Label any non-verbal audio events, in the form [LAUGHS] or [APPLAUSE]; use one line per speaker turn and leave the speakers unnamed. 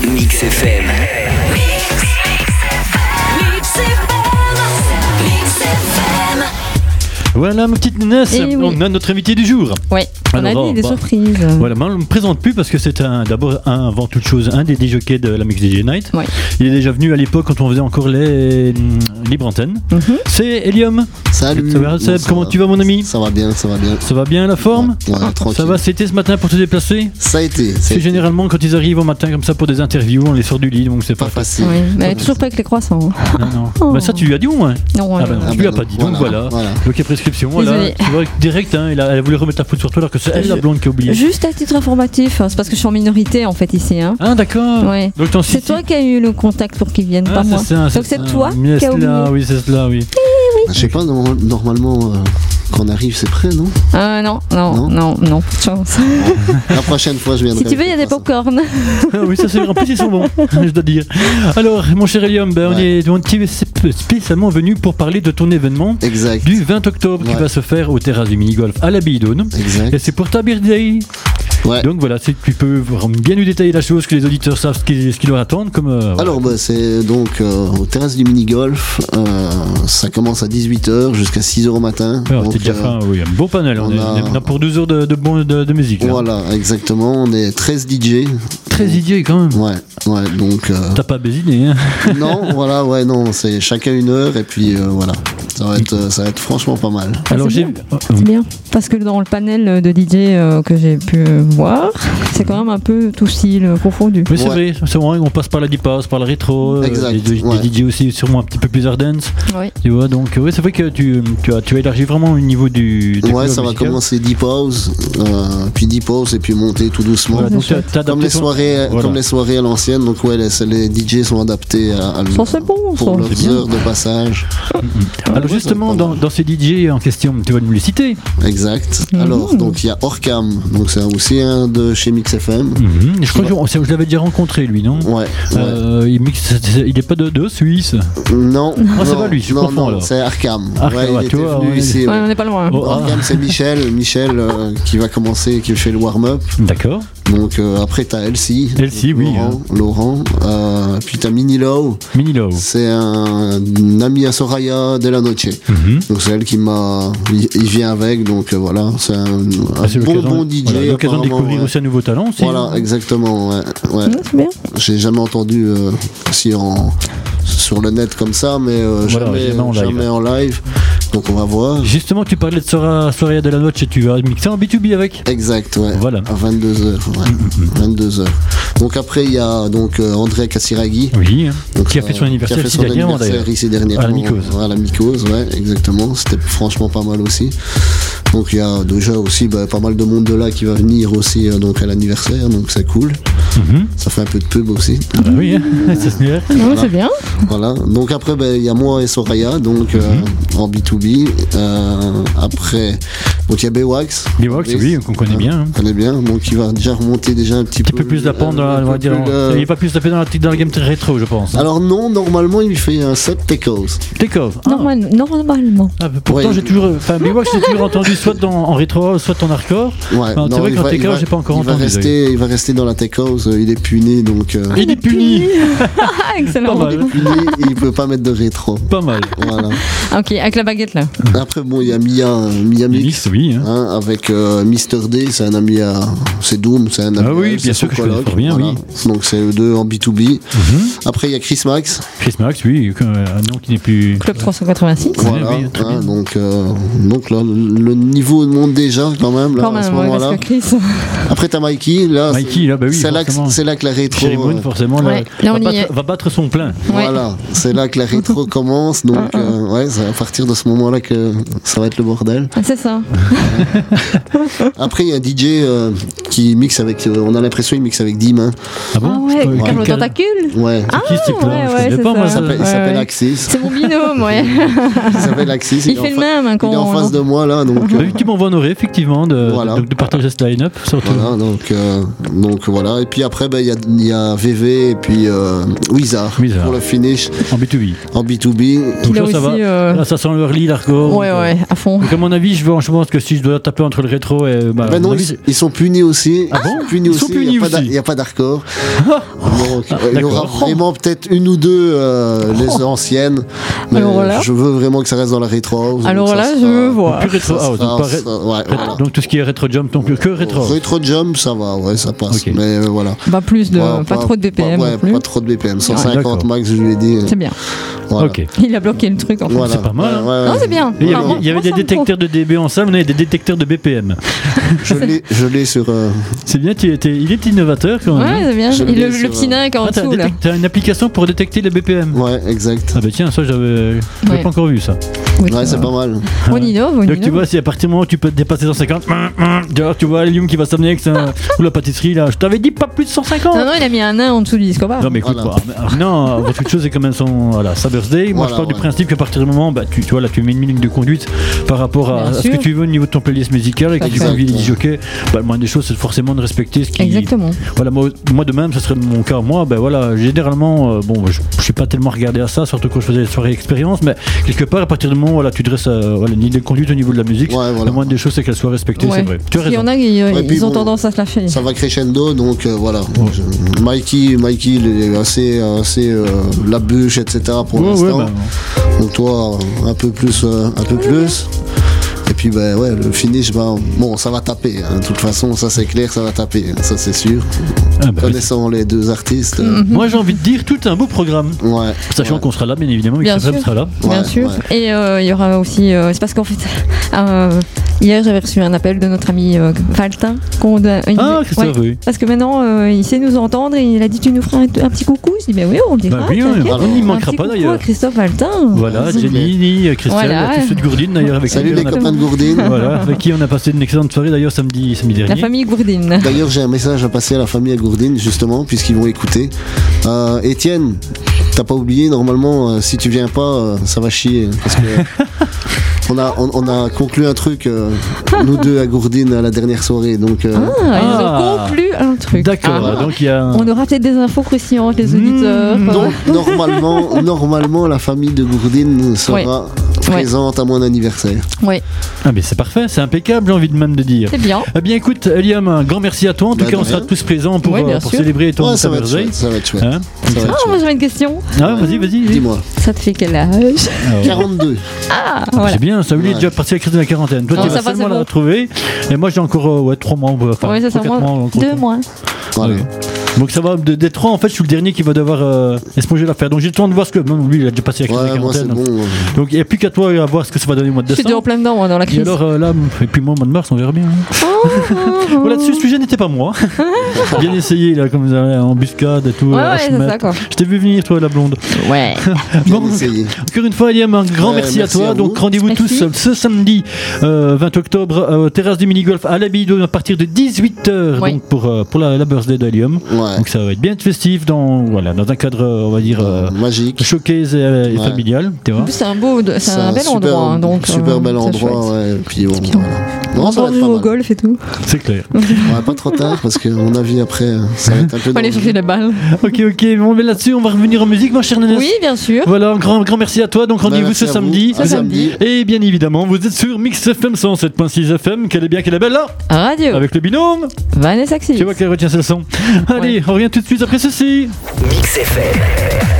Mix FM.
Voilà ma petite Ness,
Eh oui. Mm.
on a notre invité du jour.
Ouais, on a
Alors,
dit des
bah,
surprises.
Voilà, mais on ne me présente plus parce que c'est un, d'abord un, avant toute chose un des DJs de la Mix DJ Night.
Ouais.
Il est déjà venu à l'époque quand on faisait encore les hum, libres antennes.
Mhm.
C'est Helium.
Salut.
Ça va, Seb,
Bon, ça
comment
va.
tu vas, mon ami
Ça va bien, ça va bien.
Ça va bien la forme
Ouais, ouais, tranquille.
Ça va, c'était ce matin pour te déplacer
Ça a été. ça a
C'est
été.
généralement quand ils arrivent au matin comme ça pour des interviews, on les sort du lit, donc c'est
pas
pas
facile.
Oui, mais toujours pas avec les croissants. hein.
Non, non.
Oh.
Bah, ça, tu lui as dit au moins.
Non,
Ah
euh,
bah non,
Ah
tu
bah
lui as
non,
pas dit, donc
voilà,
voilà.
voilà.
Donc il y a prescription, là,
Désolée.
tu vois, direct, hein, elle, a, elle a voulu remettre la faute sur toi alors que c'est elle
Je-
la blonde qui a oublié.
Juste à titre informatif, hein, c'est parce que je suis en minorité en fait ici. hein.
Ah d'accord.
Ouais.
Donc t'en
C'est toi qui as eu le contact pour qu'ils
Ah,
viennent, pas moi. Donc c'est toi
Yes,
qui as
là,
oublié.
oui, c'est cela, oui.
Ben, Je sais pas, normal- normalement, euh, quand on arrive, c'est prêt, non
Ah non, non,
Non
non, non, pas de chance.
La prochaine fois, je viendrai.
Si tu veux, il y a des
faire ça.
popcorns.
Ah oui, ça c'est vrai. En plus, ils sont bons, [LAUGHS] je dois dire. Alors, mon cher Elium, ben, on
Ouais.
est donc, tu es sp- spécialement venu pour parler de ton événement
Exact.
du 20 octobre qui
Ouais.
va se faire au terrasse du mini-golf à la Bidone. Et
Exact.
c'est pour ta birthday.
Ouais.
Donc voilà, c'est- tu peux vraiment bien nous détailler la chose, que les auditeurs savent ce qui, ce qui leur attend. Comme, euh, voilà.
Alors, bah, c'est donc euh, au terrasse du mini-golf. euh, ça commence à 18h jusqu'à 6h au matin.
Alors, Ah,
Donc,
t'es déjà
euh,
fin, oui, un beau panel. On,
on
est-
a-
on a pour deux heures de, de bon- de- de musique. là.
Voilà, exactement. On est 13 DJ.
Très idiot quand même.
Ouais, ouais, donc. euh,
T'as pas bésiné, hein
non, voilà, ouais, non, c'est chacun une heure et puis euh, voilà. Ça va, être, euh, ça va être franchement pas mal.
Alors
Ah, c'est
j'ai. euh,
bien. C'est bien, parce que dans le panel de DJ euh, que j'ai pu euh, voir, c'est quand même un peu tout style euh, confondu.
Mais c'est vrai,
Ouais.
c'est vrai, on passe par la deep house, par la rétro, euh,
Exact,
les, deux-
ouais.
les DJ aussi sûrement un petit peu plus ardents,
Oui.
tu vois. Donc euh, oui, c'est vrai que tu, tu as, tu as élargi vraiment le niveau du. du
Ouais,
club
ça va
musical.
commencer deep house, euh, puis deep house et puis monter tout doucement.
Voilà,
Ouais,
donc t'as-
c'est chouette.
t'as adapté
Comme les,
ton-
soirées, euh,
Voilà.
comme les soirées à l'ancienne, donc ouais, les, les DJ sont adaptés à, à
Ça, c'est bon,
pour
ça.
C'est
leurs
bien.
heures de passage.
Alors
Ouais, ça
justement,
va être pas
dans,
mal.
dans ces DJ en question, tu vas nous les citer.
Exact. Alors, donc il y a Orcam, donc c'est aussi un de chez Mix FM.
Je crois que je, je l'avais déjà rencontré lui, non
Mhm, Ouais. ouais.
Euh, il, mixe- il est pas de, de Suisse.
Non.
Ah, c'est
non,
pas lui, je
non,
confonds,
non,
alors.
c'est Arkham.
Arkham,
ouais, il
ouais, tu
était
vois,
venu
ouais.
ici.
Ouais,
ouais.
on n'est pas loin.
Oh, ah,
Orcam, c'est Michel, Michel euh, qui va commencer, qui fait le warm-up.
D'accord.
Donc euh, après t'as Elsie,
Elsie, oui, hein.
Laurent, Laurent. Euh, puis t'as Mini Low,
Mini Low.
c'est un, un ami à Soraya de la Noche.
Mhm.
Donc c'est elle qui m'a, il il vient avec, donc euh, voilà, c'est un, un
Ah, c'est
bon
l'occasion-
bon DJ.
voilà, l'occasion de
apparemment,
découvrir
ouais.
aussi hein. un nouveau talent. aussi.
Voilà, exactement. Ouais, ouais.
Ouais, c'est bien.
J'ai jamais entendu euh, si en sur le net comme ça, mais euh,
Voilà,
jamais,
jamais en live.
jamais en live. Donc on va voir.
Justement, tu parlais de Sora, Soraya de la Noche et tu vas mixer en B2B avec.
Exact, ouais.
Voilà. Mm,
À 22h. 22h. Donc après, il y a donc euh, André Kassiragi.
Oui, hein.
Donc,
qui a fait son
euh,
anniversaire
qui a fait
ici
son
dernièrement
anniversaire
d'ailleurs.
ici dernièrement.
À la Mycose.
Ouais, à la Mycose, ouais, exactement. C'était franchement pas mal aussi. Donc il y a déjà aussi bah, pas mal de monde de là qui va venir aussi euh, donc à l'anniversaire, donc c'est cool.
Mhm.
Ça fait un peu de pub aussi.
Ah oui, hein, [LAUGHS] ça se fait.
Ouais, c'est bien.
voilà. Donc après, ben, il y a moi et Soraya,
Mm-hmm.
donc euh, en B2B. Euh, après, donc il y a Bewax.
Bewax, oui, qu'on connaît bien, hein.
On connaît bien. Donc il va déjà remonter déjà un petit, euh,
Un petit peu plus la pente, dans la-
un
on va
peu
dire.
plus Ah. le-
Il va plus taper dans, la, dans le game rétro, je pense.
Alors non, normalement il fait un set Techos.
Take off. Ah.
Normal- normalement.
Ah, pourtant,
Ouais.
j'ai toujours. Enfin, Bewax, j'ai toujours entendu soit dans, en rétro, soit en hardcore.
Ouais,
Non, c'est vrai
il
qu'en
va-
Take
il
Off,
va-
j'ai pas encore
il
entendu.
Va rester, il va rester dans la Tech House, euh, il est puni, donc euh, [LAUGHS]
Il est puni.
[LAUGHS] Ah,
Pas
excellent.
mal.
puni, il peut pas mettre de rétro.
Pas mal.
Voilà.
Ok, avec la baguette là.
Après, bon, il y a Mia, euh, Mia
Les
Mix,
mix, oui. hein.
hein, avec euh, Mr. D, c'est un ami à. C'est Doom, c'est un ami
Ah oui,
à elle,
bien
c'est
sûr
son
que je connais
coloc,
fort bien,
voilà. Donc c'est eux deux en B2B.
Mhm.
Après, il y a Chris Max,
Chris Max, oui, que- euh, un nom qui n'est plus.
Club 386.
Ouais.
voilà.
oui, très bien.
hein, donc euh, donc là, le niveau monte déjà quand même, là,
Quand
à ce
même, ouais,
moment-là.
parce que Chris. [LAUGHS]
Après, t'as Mikey, là.
Mikey,
Ah, c'est-
là, bah oui,
C'est là, que-
forcément.
c'est là que la rétro.
Cherry Moon,
euh,
forcément, là,
Ouais, là,
va,
on y est.
battre, va battre son plein.
Ouais.
Voilà, c'est là que
[LAUGHS]
la rétro commence,
Ah,
donc euh, ouais, c'est à partir de ce moment-là que ça va être le bordel.
Ah, c'est ça.
Après, il y a DJ euh, qui mixe avec, euh, on a l'impression qu'il mixe avec Dim. hein.
Ah
Ah
bon
ouais,
Euh,
comme le
quel-
tentacule.
Ouais,
Ah,
qui ce type-là
ouais,
Je
ouais,
connais
c'est
pas, moi,
ça.
ça.
il
ouais,
s'appelle
ouais. [LAUGHS]
Axis.
C'est mon binôme, ouais.
[LAUGHS] Il s'appelle Axis.
Il fait
est
le
en fa-
même hein, quand
Il est en
on-
face de moi
[LAUGHS]
là, donc. euh,
Bah, tu m'envoies honoré, effectivement, de,
Voilà.
de- de partager ce line-up, surtout.
Voilà, donc, euh, donc voilà. Et puis puis après, ben, il y a- il y, a VV et puis euh, Wizard
Wizard.
pour le finish
en B2B.
en B2B.
Donc
Qu'il a
là, ça va.
aussi, euh,
Là, ça sent l'early, l'hardcore.
Ouais, ouais, à fond.
Donc, à mon avis, je, pense- je pense que si je dois taper entre le rétro et. Bah, à
Ben
mon
non,
avis,
ils, ils sont punis aussi.
Ah bon
ils sont punis
Ils sont
aussi.
punis
il n'y a, pas
aussi.
d'a- il y a pas d'hardcore. Donc,
Ah,
il y aura
d'accord. Oh.
vraiment peut-être une ou deux euh, les anciennes. Mais
Alors là-
je veux vraiment que ça reste dans la rétro. house, donc
Alors
ça
là,
sera-
je veux voir.
plus rétro
ça
house.
sera-
Donc, pas ré-
ça- ouais,
ré-
voilà.
donc, tout ce qui est rétro jump, donc euh, que rétro.
Retro jump, ça va, ouais, ça passe.
Ok.
Mais euh, voilà.
Bah, plus de.
Ouais,
pas trop de BPM
ouais,
non plus.
pas trop de BPM.
Ah,
150
d'accord.
max, je lui ai dit. euh,
C'est bien. [LAUGHS]
Voilà.
Ok.
Il a bloqué le truc en fait.
Voilà.
C'est pas mal, hein.
Ouais, ouais,
Non,
ouais.
c'est bien.
Et Il y,
Ah,
avait-
moi-
il y avait
moi,
des
ça me convient.
détecteurs de DB en salle, on avait des détecteurs de BPM.
Je l'ai- Je l'ai sur. euh,
C'est bien, tu étais, il est innovateur quand même.
Ouais, c'est bien.
Je
Et le,
l'ai
le
sur,
petit
euh,
nain qui est en
hein. Ah, t'as,
dessous là.
détec- t'as une application pour détecter les BPM.
Ouais, exact.
Ah bah tiens, ça j'avais, j'avais
Ouais.
pas encore vu ça.
Oui, ça
Ouais, c'est
va.
pas mal.
On innove, on
Donc tu
innove.
vois, si à partir du moment où tu peux dépasser 150, d'ailleurs, hum, tu vois l'hélium qui va s'amener avec ça, [LAUGHS] ou la pâtisserie là, je t'avais dit pas plus de 150
Non, non, il a mis un nain en dessous du disco bar.
Non mais écoute,
Voilà.
bah, ah, non, votre chose est quand même son, voilà, sa birthday. Moi je
Voilà,
pars du
ouais.
principe qu'à partir du moment, bah, tu, tu vois là, tu mets une ligne de conduite par rapport à,
Bien
à ce
sûr.
que tu veux au niveau de ton playlist musical et que tu
Parfait.
veux vivre les jockeys, bah, le moins des choses c'est forcément de respecter ce qui,
Exactement.
Voilà, moi, moi de même, ce serait mon cas. Moi, ben voilà, généralement, euh, bon, je, je suis pas tellement regardé à ça, surtout quand je faisais les soirées expérience, mais quelque part, à partir du moment où voilà, tu dresses euh, voilà, une idée de conduite au niveau de la musique,
Ouais, voilà.
la moindre des choses, c'est qu'elle soit respectée,
Ouais.
c'est vrai. Tu as
Parce qu'il y
raison.
en a qui euh,
Ouais, puis
ils ont
bon,
tendance à se lâcher.
Ça va crescendo, donc euh, voilà. Je- Mikey, Mikey, il est assez, assez euh, la bûche, etc. pour
Ouais, ouais,
l'instant.
ben,
Donc toi, euh, un peu plus, euh, un peu plus. Et puis ben ouais, le finish, ben, bon, ça va taper. hein. De toute façon, ça c'est clair, ça va taper. hein. Ça c'est sûr.
ah, ben,
Connaissant les deux artistes, euh,
Mhm.
moi, j'ai envie de dire tout un beau programme.
Mm.
ouais.
Sachant
ouais.
qu'on sera là, bien évidemment, et
Bien
que Stéphane
sûr.
sera là.
Bien
Ouais,
sûr.
ouais.
Et euh, il y aura aussi. euh, c'est parce qu'en fait, [LAUGHS] euh, hier j'avais reçu un appel de notre ami euh, Valtin. qu'on a- il-
Ah, Christophe,
ouais.
oui.
Parce que maintenant euh, il sait nous entendre et il a dit Tu nous feras un, un petit coucou Je dis Mais oui, on le dira.
Bah oui,
t'inquiète.
on- on n'y
Un
Un
manquera
petit
pas
coucou à
d'ailleurs.
Christophe Valtin.
Voilà,
Vas-y.
Jenny, euh, Christelle,
Voilà.
tous ceux de Gourdine d'ailleurs avec
Salut
qui
les
on a-
copains de Gourdine.
Voilà, avec qui on a passé une excellente soirée d'ailleurs samedi, samedi
La
dernier.
famille Gourdine. [LAUGHS]
D'ailleurs, j'ai un message à passer à la famille à Gourdine, justement, puisqu'ils vont écouter. Euh, Étienne, t'as pas oublié, normalement, euh, si tu viens pas, euh, ça va chier. Parce
[LAUGHS]
que on, a, on, on a conclu un truc, euh, nous deux à Gourdine, à la dernière soirée. Donc, euh,
Ah,
Ah.
Ils ont conclu un truc.
D'accord, Hmm.
Ah.
donc il y a. un-
On aura peut-être des infos croustillantes, les auditeurs.
donc,
[LAUGHS]
normalement, normalement, la famille de Gourdine sera
Ouais.
présente à mon anniversaire.
Oui,
Ah, mais c'est parfait, c'est impeccable, j'ai envie de même de dire.
c'est bien.
Eh bien écoute, Eliam, un grand merci à toi. En tout
Bah,
cas,
de
on sera
rien.
tous présents pour,
Ouais, bien
euh, pour
sûr.
célébrer ton
Ouais,
ta
ça va être
birthday.
chouette. Ça va être chouette.
Hein
Ça va
Ah,
être chouette.
moi j'avais une question.
ah, vas-y, vas-y. vas-y.
Dis-moi,
Ça te fait quel âge
Alors,
42.
Ah, voilà.
C'est bien, ça lui est
Ouais.
déjà parti à la crise de la quarantaine. Toi,
Non,
tu
Ah, ça
vas
va, c'est
seulement la
bon.
retrouver. Et moi, j'ai encore euh, ouais, 3 mois. Enfin,
Oui, ça
trois,
c'est
quatre mois,
moi.
encore.
Deux mois.
Voilà.
Ouais. Donc ça va, de- des trois, en fait, je suis le dernier qui va devoir euh, esponger l'affaire. Donc j'ai le temps de voir ce que. Même lui, il a déjà passé la crise de la
Ouais, moi, c'est
quarantaine.
bon. euh,
Donc il n'y a plus qu'à toi euh, à voir ce que ça va donner au mois de
Je suis déjà en
décembre.
plein dedans, moi, dans la
Et
crise. [LAUGHS]
alors euh, là, et puis moi, au mois de mars, on verra bien. hein.
Oh, oh, oh.
Voilà, dessus, le sujet n'était pas
[LAUGHS]
moi. Bien essayé, là, comme vous avez en buscade et tout. euh,
Ouais,
à
ouais,
se
c'est ça,
mettre.
quoi.
Je t'ai vu venir, toi, la blonde.
Ouais.
[LAUGHS] Bon,
Bien essayé.
encore une fois, Eliam, un grand
Ouais,
merci, à
merci
toi.
à vous.
Donc, rendez-vous
Merci.
tous euh, ce samedi euh, 20 octobre, euh, terrasse du mini-golf à l'Abido à partir de 18h
Oui.
donc pour, euh, pour la, la birthday d'Eliam.
Ouais.
Donc, ça va être bien festif dans, voilà, dans un cadre, euh, on va dire, euh,
Magique.
showcase et, et
Ouais.
familial. Tu
En
vois
plus, c'est un beau, c'est un, bel
super,
endroit. hein, donc,
super
euh,
bel
c'est
endroit,
chouette.
ouais. Et puis on,
Puis on-
voilà.
On
Non,
va
ça
pouvoir
va être
jouer
pas
au
mal.
golf et tout.
C'est
[LAUGHS]
clair.
Ouais, pas trop tard parce que mon avis après, euh, ça va être un
[LAUGHS]
peu.
On va aller
dangereux.
chercher les balles.
ok, ok, bon, mais là-dessus, on va revenir en musique, mon cher Nénès.
Oui, bien sûr.
Voilà, un grand, grand merci à toi. Donc,
Bah,
rendez-vous
merci
ce
à
samedi.
vous. À
Ce
samedi.
Et bien évidemment, vous êtes sur Mix FM 107.6 FM. Quelle est bien, quelle est belle là
Radio.
Avec le binôme
Vanessa Axis.
Tu vois qu'elle retient ce son. Allez, on revient tout de suite après ceci.
Mix FM.